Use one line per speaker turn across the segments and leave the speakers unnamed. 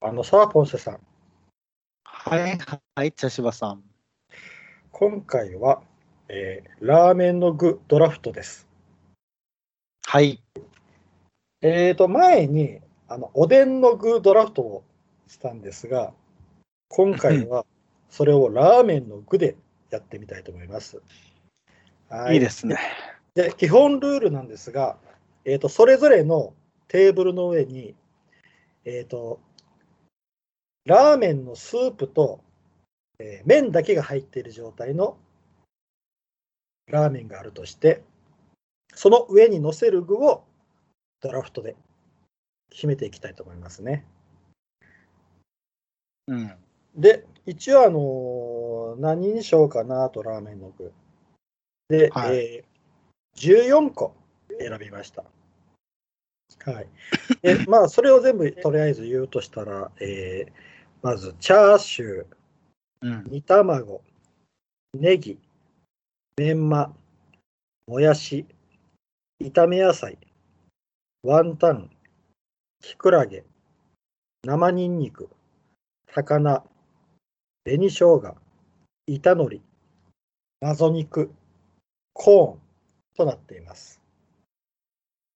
あのさあ、ポンセさん、
はい、はい、茶柴さん。
今回は、えーラーメンの具ドラフトです。
はい。
えー、と、前にあのおでんの具ドラフトをしたんですが、今回はそれをラーメンの具でやってみたいと思います。はい
いですね。
で基本ルールなんですが、えーと、それぞれのテーブルの上に、えーと、ラーメンのスープと、えー麺だけが入っている状態のラーメンがあるとして、その上に乗せる具をドラフトで決めていきたいと思いますね。
うん。
で、一応、あのー何にしようかなと、ラーメンの具。で、
はい
えー14個選びました。はい。で、まあ、それを全部とりあえず言うとしたら、えーまず、チャーシュー、
うん。
煮卵、ネギ、メンマ、もやし、炒め野菜、ワンタン、きくらげ、生ニンニク、高菜、紅生姜、板のり、謎肉、コーンとなっています。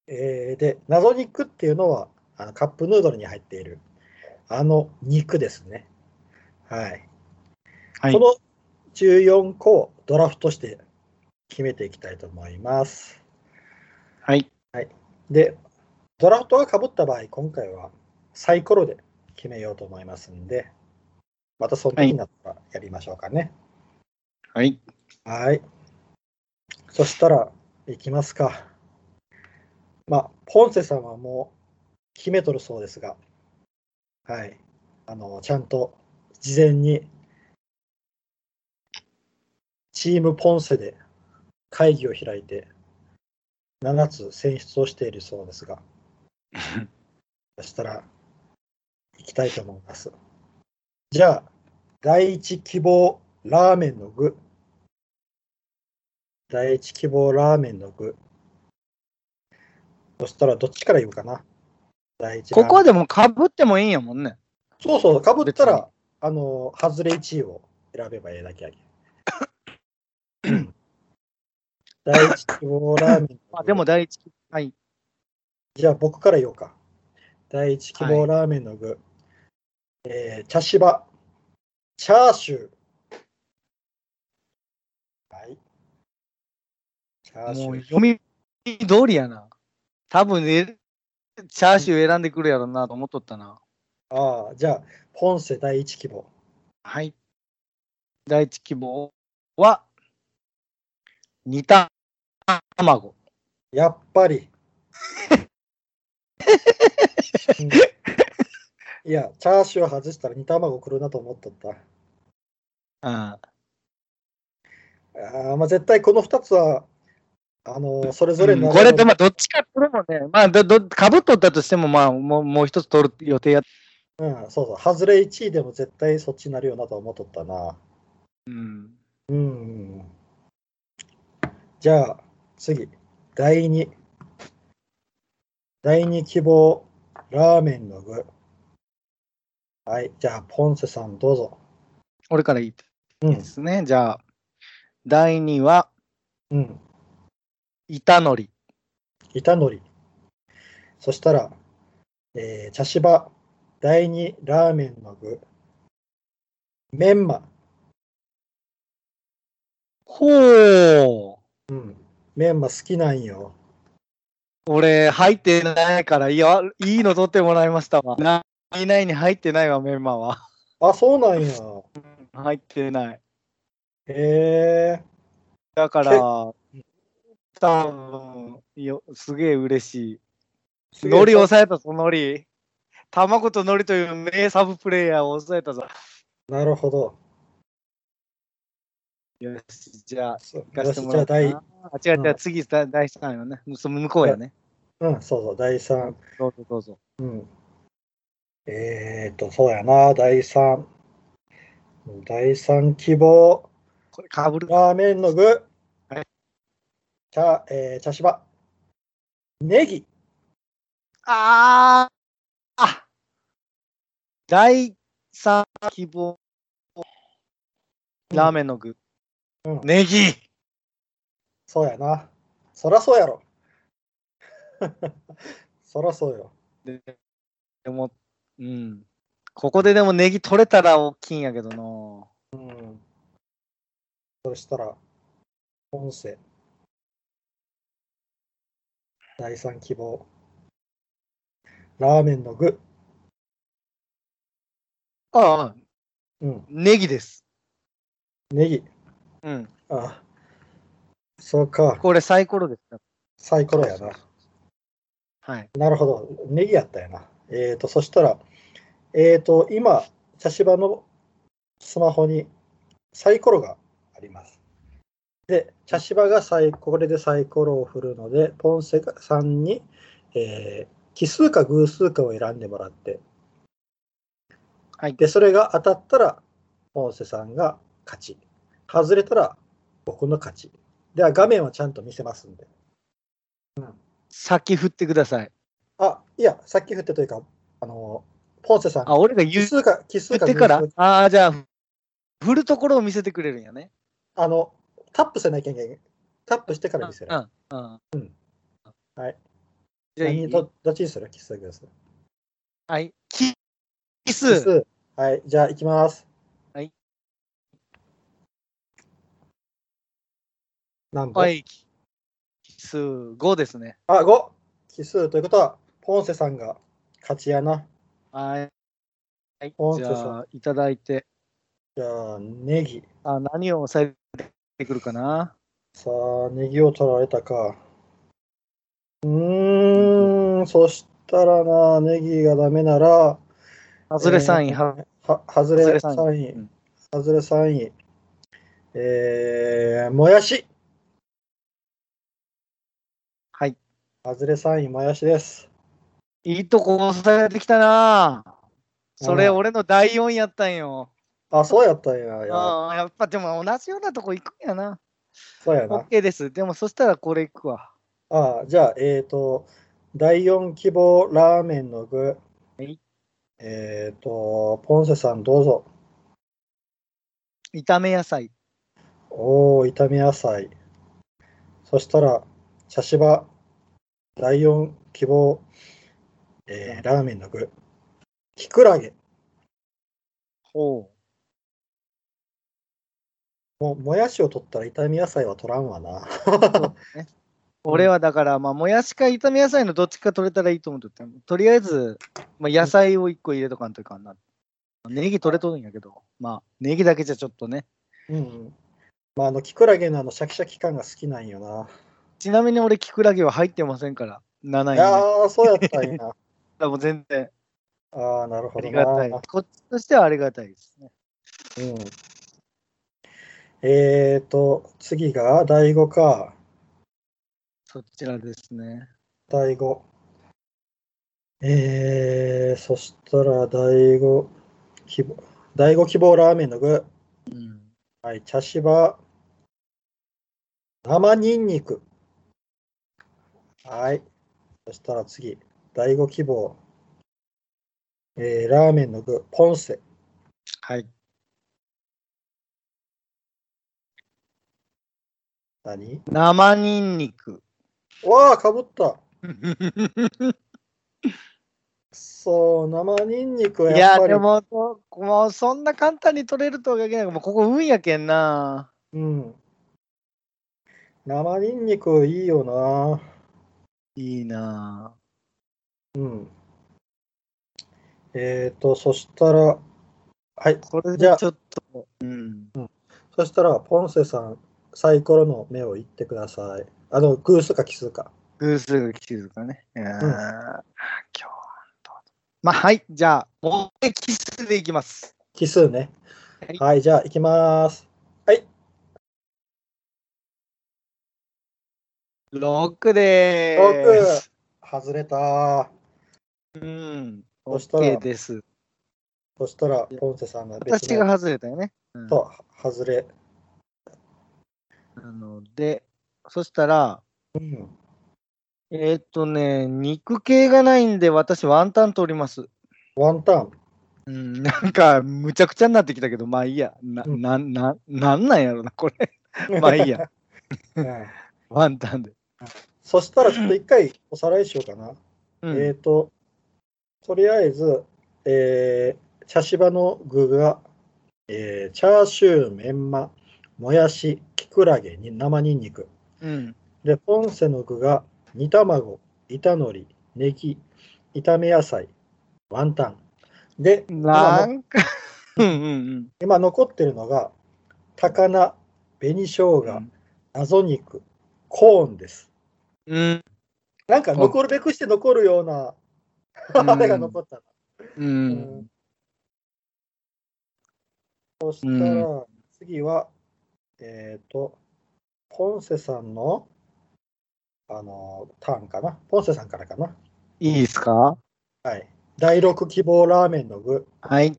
えーで、謎肉っていうのはあのカップヌードルに入っているあの肉ですね。はい。
はい。
この14個をドラフトして決めていきたいと思います。
はい。
で、ドラフトがかぶった場合、今回はサイコロで決めようと思いますんで、またその時になったらやりましょうかね。
はい。
はい。そしたら、いきますか。まあ、ポンセさんはもう決めとるそうですが、はい。あの、ちゃんと事前に、チームポンセで会議を開いて、7つ選出をしているそうですが、そしたら、行きたいと思います。じゃあ、第一希望ラーメンの具。第一希望ラーメンの具。そしたらどっちから言うかな。第一
ここは
で
でもかぶってもいいんやもんね。
そうそう、かぶった
別に
ら、あの、外れ1位を選べばええだけやけ。 うん第一希望ラーメンの具。
まあでも第一。はい。
じゃあ僕から言おうか。第一希望ラーメンの具。えー茶芝、チャーシュー。はい。チャーシ
も
ュ
う
ー。
読み通りやな。多分ね、チャーシュー選んでくるやろなと思っとったな。
ああ、じゃあ、ポンセ第一希望。
はい。第一希望は、煮た卵。
やっぱ り。うんいや、チャーシュー外したら煮卵来るなと思っとった。
うん。
ああまあ、絶対この2つは、あのーそれぞれ
うん
の、
これでまあどっちか取るもね、まあどどかぶっとったとしても、まあもうもう一つ取る予定やっ
うん、そうそう、外れ1位でも絶対そっちになるよなとは思っとったな。
うん。
うん。じゃあ、次、第2。第2希望、ラーメンの具。はい、じゃあ、ポンセさん、どうぞ。
俺からいい
うん
で、すね。じゃあ、第2は、
うん、
板のり。
板のり。そしたら、えー、茶芝、第2、ラーメンの具。メンマ、
ほう。
メンマ好きなんよ。
俺、入ってないから、いや、いいの取ってもらいましたわ。な以内に入ってないわ、メンマは。
あ、そうなんや。
入ってない。
へえ
だから、
え
多分よすげえ嬉しい。ノリ抑えたぞ、ノリ。卵とノリという名サブプレイヤーを抑えたぞ。
なるほど。
よし、じゃあ、
そう
行かせても
じゃあ
らおうかな
第、うん、
あ、違う違
う
う、
ん
次、だ第3よね。その向こうやね。
そうそう、第3。
どうぞどうぞ。
うん。えーっと、そうやな、第3。第3希望、
これ、かぶる。
ラーメンの具。
はい。
茶、えー、茶芝。ネギ。
あーあ第3希望
うん
ラーメンの具、
うん
ネギ
そうやな。そらそうやろ。 そらそうよ。
ででも、うん。ここででもネギ取れたら大きいんやけどな。
うん。そしたら、音声。第三希望。ラーメンの具。
ああ、
うん。
ネギです。
ネギ。
うん。
ああそうか。
これサイコロです。
サイコロやな。
はい。
なるほど。ネギやったよな。えっ、と、そしたら、えっ、と、今、茶芝のスマホにサイコロがあります。で、茶芝がサイこれでサイコロを振るので、ポンセさんに、えー奇数か偶数かを選んでもらって、
はい。
で、それが当たったら、ポンセさんが勝ち。外れたら、僕の勝ち。では、画面はちゃんと見せますんで。
先振ってください。
あ、いや、さっき振ってというか、あの、ポンセさんが
あ、俺が
奇
言う
数か、奇
振
数
っ
か
てから
偶数
ああ、じゃあ、振るところを見せてくれるんやね。
あの、タップせなきゃいけない。タップしてか
う
ら
ん
見せる。
うん。うん。
はい。
じゃあい
何
い
どどっちにする奇数偶数。
はい。キキ
奇
ス。
数。はい、じゃあ行きます。
はい。
何本、
はい。キキス5ですね。
あ、5! 奇数ということは、ポンセさんが勝ちやな。
はい。はい
お。
じ
そうそ
ゃあ、いただいて、
じゃあ、ネギ。
あ何を抑えてくるかな。
さあ、ネギを取られたか。うーん、そしたらな、ネギがダメなら、
外れ3位、
えー
は
は外
外
れ
れ
3
三位
位
うん、
外れ3位、えー、もやし、
はい。
外れ3位、もやしです。
いいとこ抑えてきたな。それ、
うん
俺の第4やったんよ。
あ、そうやったんや、や
ああ、やっぱでも同じようなとこ行くんやな。
そうやな。
OK です。でもそしたらこれ行くわ。
あじゃあ、えっ、ー、と、第4希望ラーメンの具、
い
えっ、ー、と、ポンセさん、どうぞ。
炒め野菜。
おお、炒め野菜。そしたら、茶芝、第4希望、えーラーメンの具、きくらげ、
ほ
ももやしを取ったら炒め野菜は取らんわな。
う。ね、俺はだから、まあ、もやしか炒め野菜のどっちか取れたらいいと思ってたとりあえず、まあ、野菜を1個入れとかんといかんな。ネギ取れとるんやけど、まあ、ネギだけじゃちょっとね。
うんうん。まあ、あの、きくらげのあの、シャキシャキ感が好きなんよな。
ちなみに俺、キクラゲは入ってませんから、
い
7位に
や
ね。
ー、そうやったんや。
でも全然
ああ、なるほ
あ
ど
り
な。
がたい。こっちとしてはありがたいですね。
うん。えーと、次が、第5か。
そちらですね。
第5。えー、そしたら第5希望、第5希望ラーメンの具。
うん。
はい、茶芝。生ニンニク。はい。そしたら次、第5希望。えー、ラーメンの具、ポンセ。
はい。
何
生ニンニク。
わあ、かぶった。そう、生ニンニクはいやっ
や、
ぱり。
でも、もうそんな簡単に取れるとは限らない。もうここ運やけんな。
うん。生ニンニクいいよな。
いいな
うん。えっ、と、そしたら、はい、
ぁこれ
じゃ
で
あ
ちょっと、うん。
そしたら、ポンセさん、サイコロの目を言ってください。あの、偶数か奇数か。
偶数が奇数かね。うん、今日はどうぞまあ、はい。じゃあ、もう一回奇数でいきます。
奇数ね。
はい
はい、じゃあ、行きます。
6で
6
ーす。
外れた。
うん。
そしたら
OK です。
そしたら、ポンセさんが別
私
の
が外れたよね。うん
と外れ。
なので、そしたら、
うん。
えーっとね、肉系がないんで、私、ワンタン取ります。
ワンタン。
うん、なんか、むちゃくちゃになってきたけど、まあいいや。な、
うん
な、な、なんなんやろな、これ。まあいいや。
うん
ワンタンで。
そしたらちょっと一回おさらいしようかな。
うん。
えっ、と、とりあえず、えー、茶芝の具が、えーチャーシュー、メンマ、もやし、きくらげに生ニンニク。
うん。
で、ポンセの具が、煮卵、板のり、ネギ、炒め野菜、ワンタン。で、
な
今の
んか、うんうんうん。
今残ってるのが、高菜、紅生姜、謎肉、コーンです。
うん。
なんか残るべくして残るような、
うん
あれが残ったな。
うん。
そしたら、次は、えっ、と、ポンセさんの、あのー、ターンかな。ポンセさんからかな。
いいですか
はい。第6希望ラーメンの具。
はい。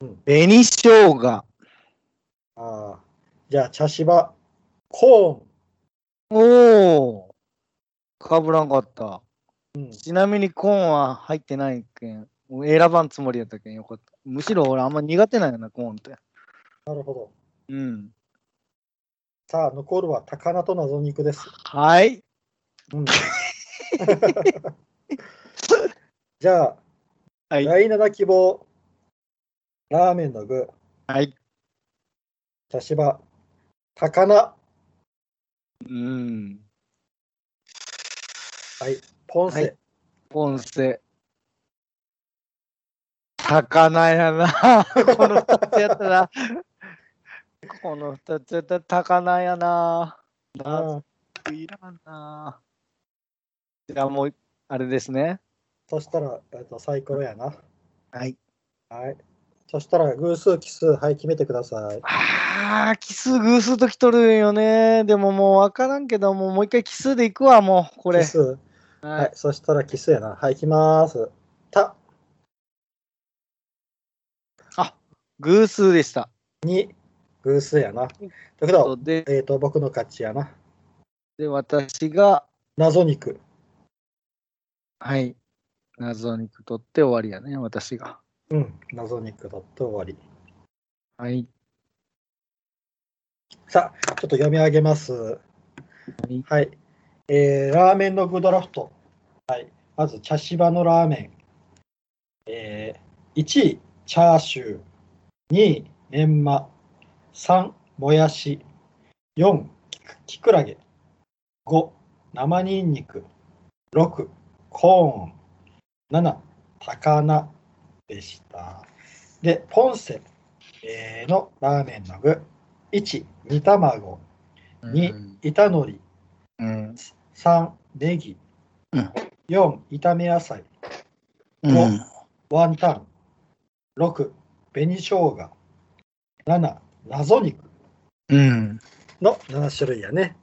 うん
紅生姜。
あーじゃあ、茶芝、コ
おー。かぶらんかった。
ーン。うん、
ちなみにコーンは入ってないけん。選ばんつもりやったけんよかった。むしろ俺あんま苦手なんやな、コーンって。
なるほど。
うん。
さあ、残るは高菜と謎肉です。
はい。
うん、じゃあ、
はい。
第7希望ラーメンの具。
はい。
茶芝、高菜。
うん。
はい、ポンセ。
はい音声。魚やな。 この2つやったら。この2つやったら魚やな。
うん
いらんな。じゃあもう、あれですね。
そしたら、えっと、サイコロやな。
はい。
はい。そしたら、偶数奇数、はい、決めてください。
ああ、奇数偶数ときとるんよね。でももう分からんけど、もうもう一回奇数でいくわ、もう、これ
奇。数。はい、そしたら奇数やな。はい、いきます。た、
偶数でした。
に、偶数やな。ということは、
で、
えっ、と、僕の勝ちやな。
で私が、
謎肉。
はい。謎肉取って終わりやね、私が。
うん、謎肉だって終わり。
はい。
さあ、ちょっと読み上げます。はい。えーラーメンの具ドラフト。はい。まず、茶芝のラーメン。えー、1位、チャーシュー。2位、メンマ。3、もやし。4、きくきくらげ。5、生ニンニク。6、コーン。7、高菜でした。で、ポンセ、えーのラーメンの具。1、煮卵。
う
2
ん、
板のり。
うん。
3、ネギ。
うん
4、炒め野菜。
うん
ワンタン。6、紅生姜。7、謎肉
うん。
の7種類やね。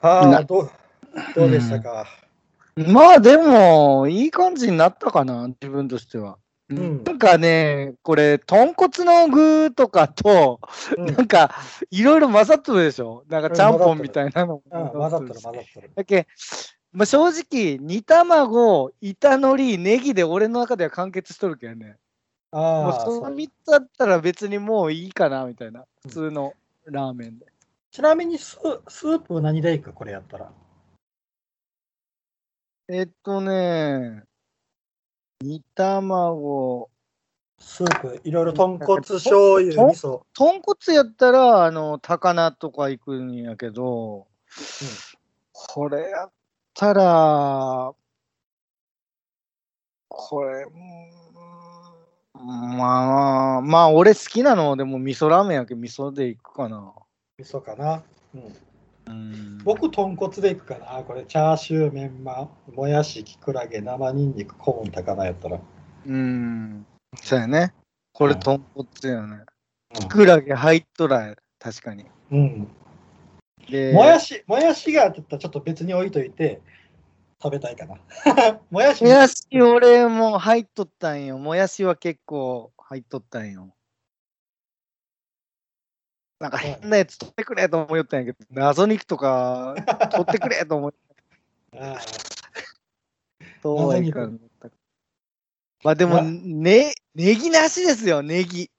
はあ、
な
どうどうでしたか。
まあでも、いい感じになったかな、自分としては。
ん
なんかね、これ、豚骨の具とかと、
うん
なんか、いろいろ混ざっとるでしょなんか、ちゃんぽんみたいなの
う
も
ん混ざって
る
る
し
混ざってる。
だけ、まあ、正直、煮卵、板のり、ネギで俺の中では完結しとるけどね。もう
ああ
そ
そ
の
う
3つあったら別にもういいかな、みたいな。普通のラーメンで。
ちなみにススープ何でいくこれやったら。
えっとね、煮卵、
スープいろいろ豚骨醤油
と
味噌。
豚骨やったら、あの、高菜とか行くんやけど、これやったら、これ、うーんまあ、まあ、俺好きなの、でも味噌ラーメンやけど、味噌で行くかな。
味噌かな。うん
うん
僕、豚骨でいくかな。これ、チャーシュー、メンマ、もやし、きくらげ、生ニンニク、コーン、高菜やったら。
うん。そうやね。これ、豚骨や
う
ね。
ん
きくらげ入っとらん確かに。
うん。
で
もやし、もやしがって言ったらちょっと別に置いといて、食べたいかな。 もやし
も、やし俺も入っとったんよ。もやしは結構入っとったんよ。なんか変なやつ取ってくれと思いよったんやけど、謎肉とか取ってくれと思いよ
ああ
った。どうはいかんかったまあでも、
な
ね、ネギなしですよ、ネギ。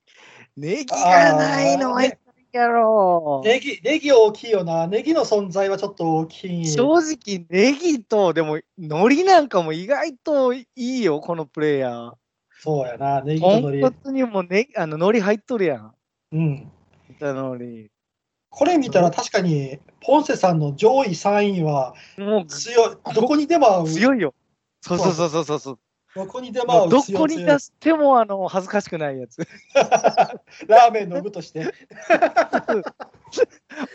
ネギがないのは痛いやろ。
ネギ、ネギ大きいよな。ネギの存在はちょっと大きい。
正直、ネギと、でも、海苔なんかも意外といいよ、このプレイヤー。
そうやな。ネギと
本
海苔。
当にもうね、あの、海苔入っとるやん。
うん。
板の海
これ見たら確かに、ポンセさんの上位3位は
苔。も
強い。どこにでも合
う、
う。
強いよ。そうそうそうそうそうそう。
どこにでも合
も
う。
うどこに
強い
出しても、あの、恥ずかしくないや つ。
ラーメンの具として。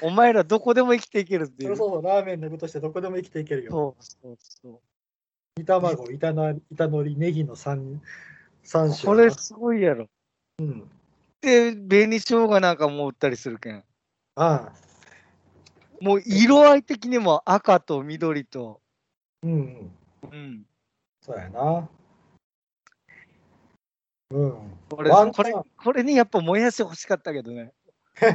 お前らどこでも生きていけるってい
そう
う。
そうそう、ラーメンの具としてどこでも生きていけるよ。
そうそうそう。
煮卵、板の板のり、ネギの3、三種
こ
や
れ
な。
すごいやろ。
うん。
で、紅生姜なんかも売ったりするけん。
ああ。
もう色合い的にも赤と緑と。
うんうん。
うん。
そうやな。うん。
これ、
ワン
こ
タン
れ、これにやっぱもやし欲しかったけど ね。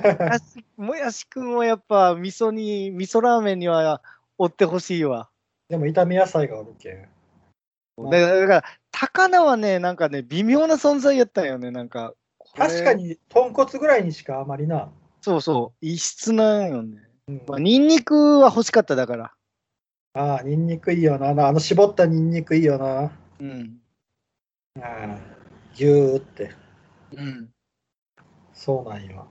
もやしもやしくんはやっぱ味噌に、味噌ラーメンには追ってほしいわ。
でも炒め野菜があるけん。
だから、だから高菜はね、なんかね、微妙な存在やったんよね、なんか。これ
確か。に豚骨ぐらいにしかあまりな。
そうそう、異質なんよね。
うん
まあ、ニンニクは欲しかっただから。
ああ、ニンニクいいよな。あの絞ったニンニクいいよな。
うん。
ああギューって。
うん。
そうなんよ。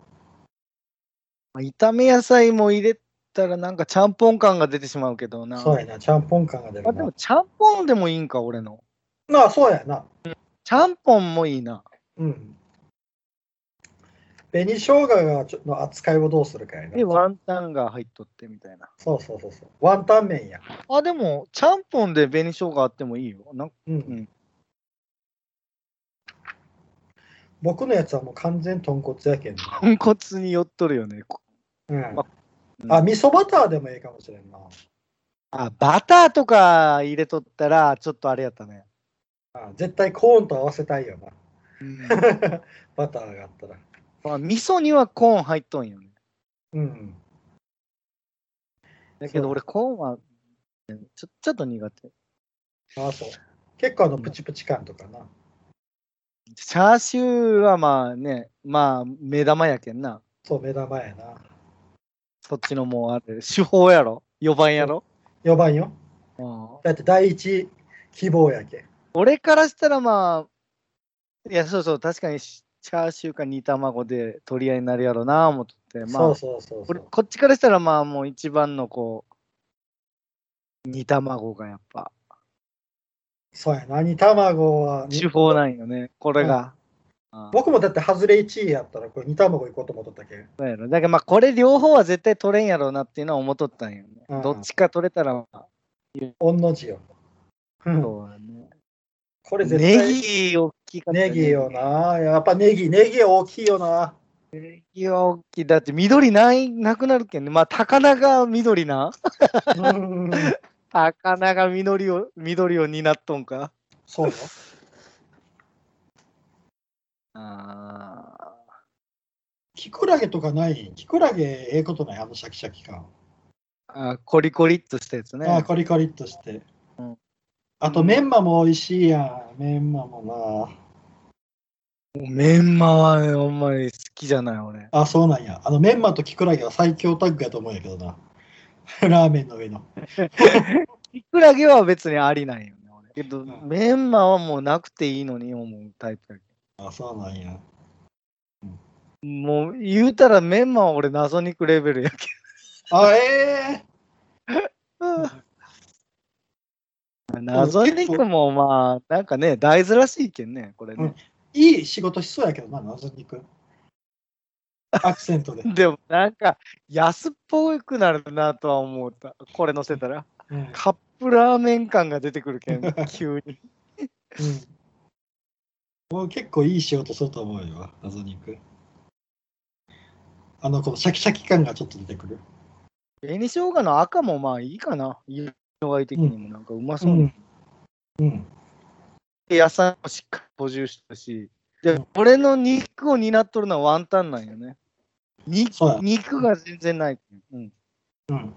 まあ炒め野菜も入れたらなんかちゃんぽん感が出てしまうけどな。
そうやな。ちゃんぽん感が出
あ
る
で
な
も。ちゃんぽんでもいいんか、俺の。
まあ、そうやな。
ちゃんぽんもいいな。
うん。紅生姜がちょの扱いをどうするかやな
で、。ワンタンが入っとってみたいな。
そうそうそうそう。ワンタン麺や。
あ、でも、ちゃんぽんで紅生姜あってもいいよ。なんか
うん。
ん
僕のやつはもう完全豚骨やけんな。
豚骨に寄っとるよね。こ
うん
あ。
あ、味噌バターでもいいかもしれんな。
あ、バターとか入れとったら、ちょっとあれやったね。
あ絶対コーンと合わせたいよな。バターがあったら。
まあ、味噌にはコーン入っとんよね。
うん。
だけど俺コーンはちょちょっと苦手。
あそう。結構あのプチプチ感とかな。
チャーシューはまあね、まあ目玉やけんな。
そう、目玉やな。
そっちのもうあれ、手法やろ ?4 番やろ、
4番よ。
うん、
だって第一希望やけ。
俺からしたらまあ、いや、そうそう、確かにしチャーシューか煮卵で取り合いになるやろな、思っとって。まあ、
そうそうそうそ
俺
う。
こっちからしたらまあもう一番のこう、煮卵がやっぱ、
そうやな。煮卵は。
手法なんよね、これが。ああ
僕もだって外れ1位やったら、これ煮卵行こうと思っとったけ。
そうやろだけどまあこれ両方は絶対取れんやろうなっていうのは思っとったんよね。
うん
どっちか取れたら、まあ
おんの字よ。うん。
そうだね。
これ絶対。
ネギ大きかった、
ネギよ。な。やっぱネギ、ネギ大きいよな。
いや、大きい。だって緑ない、なくなるけんね。まあ、高菜が緑な。
うん。
高菜が緑を、緑を担っとんか。
そうよ。
ああ。
キクラゲとかないキクラゲええことないあのシャキシャキ感。
あコリコリっとしたやつね。
ああコリコリっとして。
うん
あとメンマも美味しいやん。メンマも
メンマはね、あんまり好きじゃない、俺。
な。あ、そうなんや。あのメンマとキクラゲは最強タッグやと思うんやけどな。 ラーメンの上の。
キクラゲは別にありなんよね、俺。けど、
ん
メンマはもうなくていいのに思うタイプやけ
あ、そうなんや。
どもう、言うたらメンマは俺、謎肉レベルやけ
あ、ええ
ど。謎肉もまあ、なんかね、大豆らしいけんね、これね。。
うんいい仕事しそうやけどな、謎肉。アクセントで
でもなんか安っぽくなるなとは思った。これ乗せたら。
うんうん
カップラーメン感が出てくるけん、 急に。
もう結構いい仕事すると思うよ、謎肉。あの、このシャキシャキ感がちょっと出てくる。
紅生姜の赤もまあいいかな。色合い的にもなんかうまそう。
うん。うん。
で野菜もしっかり補充したし。で、俺の肉を担っとるのはワンタンなんよね。肉
そうや
肉が全然ない。うん。
うん、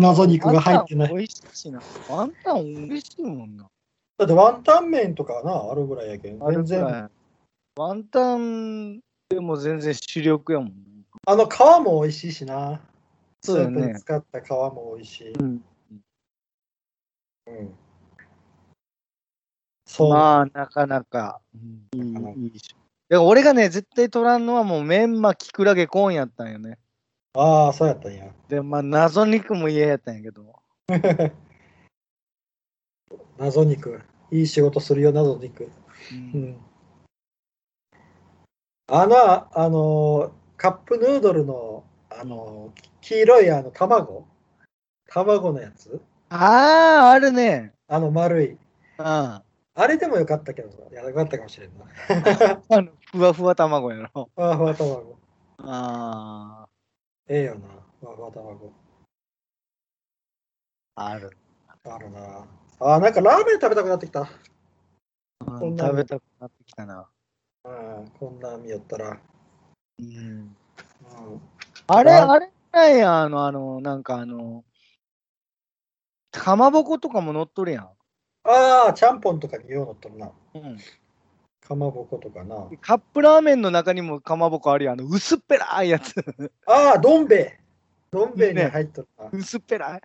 謎肉が入ってな
ワンタ
い。
ン美味しいしな。ワンタン美味しいもんな。
だってワンタン麺とかな、あるぐらいやけど、全然。
然。ワンタンでも全然主力やもんね。
あの皮も美味しいしな。
そうだよね
スープに使った皮も美味しい。
うん。
うん。そう。
まあ、なかなか。いい、
なかない
いでしょ。でも俺がね、絶対取らんのはもうメンマ、キクラゲ、コーンやったんよね。
ああ、そうやったんや。
で、まあ、謎肉も嫌やったんやけど。
謎肉。いい仕事するよ、謎肉。
う
うんん。あの、あの、カップヌードルの、あの、黄色いあの、卵。卵のやつ。
ああ、あるね。
あの、丸い。
うん。あ
あれでもよかったけど、いや、よかったかもしれんな。
の、ふわふわ卵やろ。
ふわふわ卵。
あ
ええよな。ふわふわ卵。
あ、ある。
あるな。あーなんかラーメン食べたくなってきた。
うん
こんなの
食べたくなってきたな。
うん、こんなん見よったら。
うん。
うん、
あれ、
あ
あれなんや、あの、あの、なんかあの、かまぼことかも乗っとるやん。
ああ、ちゃんぽんとかにようのっとるな。
うん、
かまぼことかな。
カップラーメンの中にもかまぼこあるやん。あの、薄っぺらいやつ。
ああ、どん兵衛。どん兵衛に入っとるな。
薄っぺらい。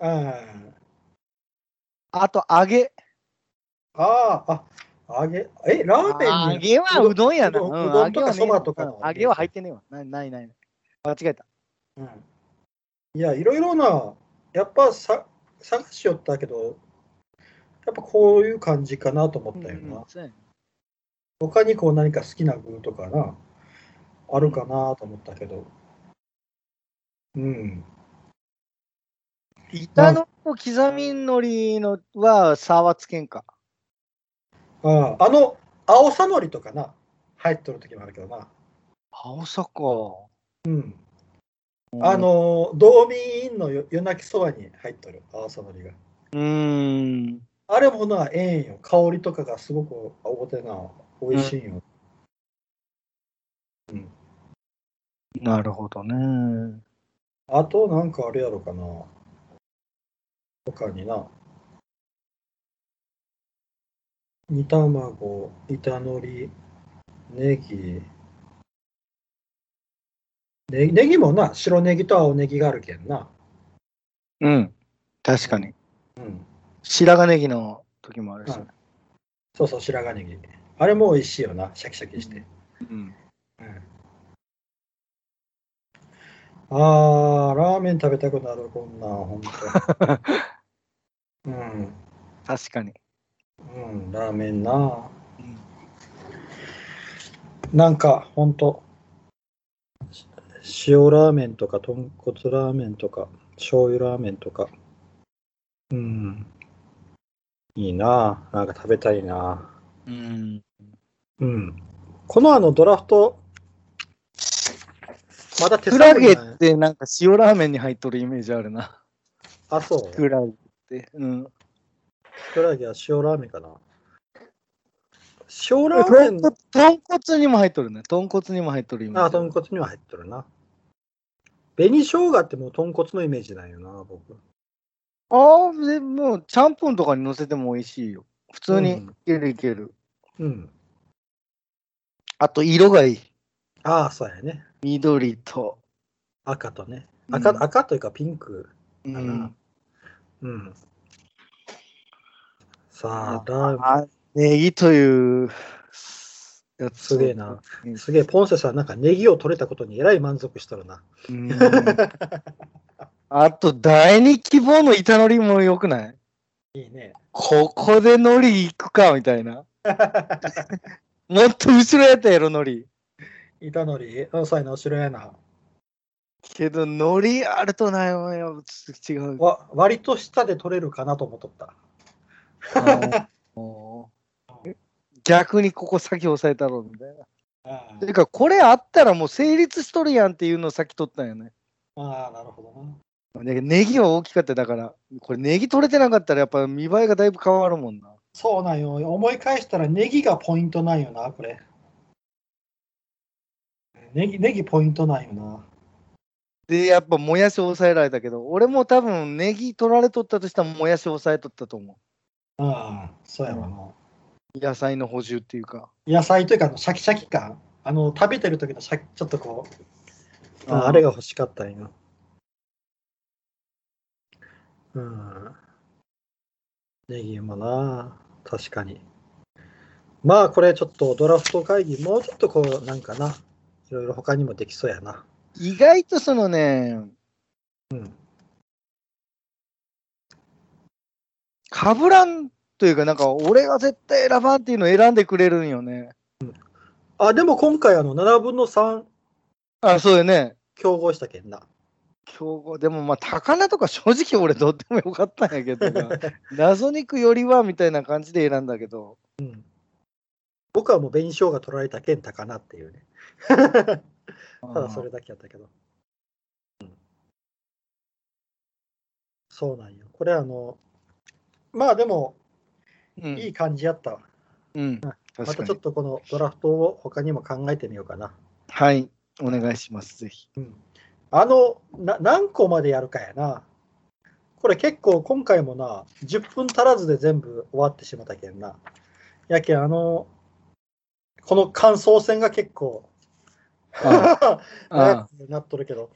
うん
あと、揚げ。
ああ、あ、揚げ。え、ラーメンに
揚げはうどんやな。
うどん
ん
うどんとか
揚げはね
そばとかの
うん揚げは入ってねえわ。ないないない。間違えた。
うん、いや、いろいろな、やっぱさ探しよったけど、やっぱこういう感じかなと思ったよな。
うんそうやね
他にこう何か好きな具とかな、あるかなと思ったけど。うん。
板の刻みのりのは差はつけんか。
あああの、青さのりとかな、入っとる時もあるけどな。
青さか。
うん。あの、道民院のよ夜泣きそばに入っとる、青さのりが。
うーん。
あれもな、ええんよ。香りとかがすごくあおてな、美味しいんよ。
なるほどね。
あと、なんかあれやろかな。他にな。煮卵、板のり、ネギ。ね、ネギもな、白ネギと青ネギがあるけんな。
うん。確かに。
うん。
白髪ネギの時もあるし。
うんそうそう、白髪ネギ。あれも美味しいよな、シャキシャキして。
うん。
うんあー、ラーメン食べたくなる、こんなん、ほん と。うん、
確かに。
うん、ラーメンな。なんか、ほんと。し塩ラーメンとか、豚骨ラーメンとか、醤油ラーメンとか。うん。いいななんか食べたいな
うん。
うん。このあの、ドラフト、まだ手
キクラ
探りな
ゲ
んや
ってなんか塩ラーメンに入っとるイメージあ るな。
あ、そう。
キクラゲって。うん。
ふくらは塩ラーメンかな塩ラーメ
豚
ン
骨豚骨にも入っとるね。豚骨にも入っとるイメージ。
あ豚骨には入ってるな紅生姜ってもう豚骨のイメージなんよな僕
ああ、でもう、ちゃんぽんとかに乗せても美味しいよ。普通に
う
い
ん
けるいける。
うん
あと、色がいい。
ああそうやね
緑と。
赤とね赤,、
うん
赤というかピンク
う
か
ん
な。うんさ
あ
あラーメ
あ、ネギというやつ。
すげえな
うん。
ンすげえポンセさんなんかネギを取れたことにえらい満足しとるな
うんあと、第二希望の板のりも良くない
いいね
ここでのり行くか、みたい な。もっと後ろやったやろ、のり。
板のりあの際の後ろやな
けど、のりあるとないわよ。違う。
わ割と下で取れるかなと思っとった
あの逆にここ先押さえたろ、みたいな。
あ
てか、これあったらもう成立しとるやんっていうのを先取ったんよね。
ああなるほどな
だけどネギは大きかった。だから、これネギ取れてなかったらやっぱ見栄えがだいぶ変わるもんな。
そうなんよ。思い返したらネギがポイントなんよな、これ。ネギ、ネギポイントなんよな。
で、やっぱもやし抑えられたけど、俺も多分ネギ取られとったとしたらもやし抑えとったと思
ああ、そうやわな。
野菜の補充っていうか。
野菜というか、あのシャキシャキ感。あの、食べてる時のシャキ、ちょっとこう。ああれが欲しかったんや。うん。ネギもな、確かに。まあ、これちょっとドラフト会議、もうちょっとこう、なんかな、いろいろ他にもできそうやな。
意外とそのね、
うん。
かぶらんというか、なんか俺が絶対選ばんっていうのを選んでくれるんよね。
あ、でも今回、あの、7分の3
あ、そうよね。
競合したけんな。
競合でもまあ高菜とか正直俺どうでもよかったんやけどな 謎肉よりはみたいな感じで選んだけど
僕はもう紅生姜取られたけん高なっていうね。ただそれだけやったけど。うんそうなんよ。これあの、まあでも、
うん
いい感じやったわ。
うん
ま
確
た
か
ちょっ
に
とこのドラフトを他にも考えてみようかな。
はいお願いします ぜひ
あの、な何個までやるかやな。これ結構今回もな、10分足らずで全部終わってしまったけんな。やけん、あの、この感想戦が結構、
あ
長
あ
くなっとるけど、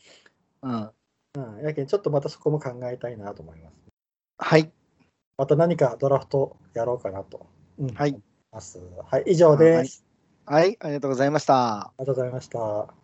あ
うん、やけんちょっとまたそこも考えたいなと思います。
はい
また何かドラフトやろうかなと思い
はい
ます。はい、以上です。
はいありがとうございました
ありがとうございました。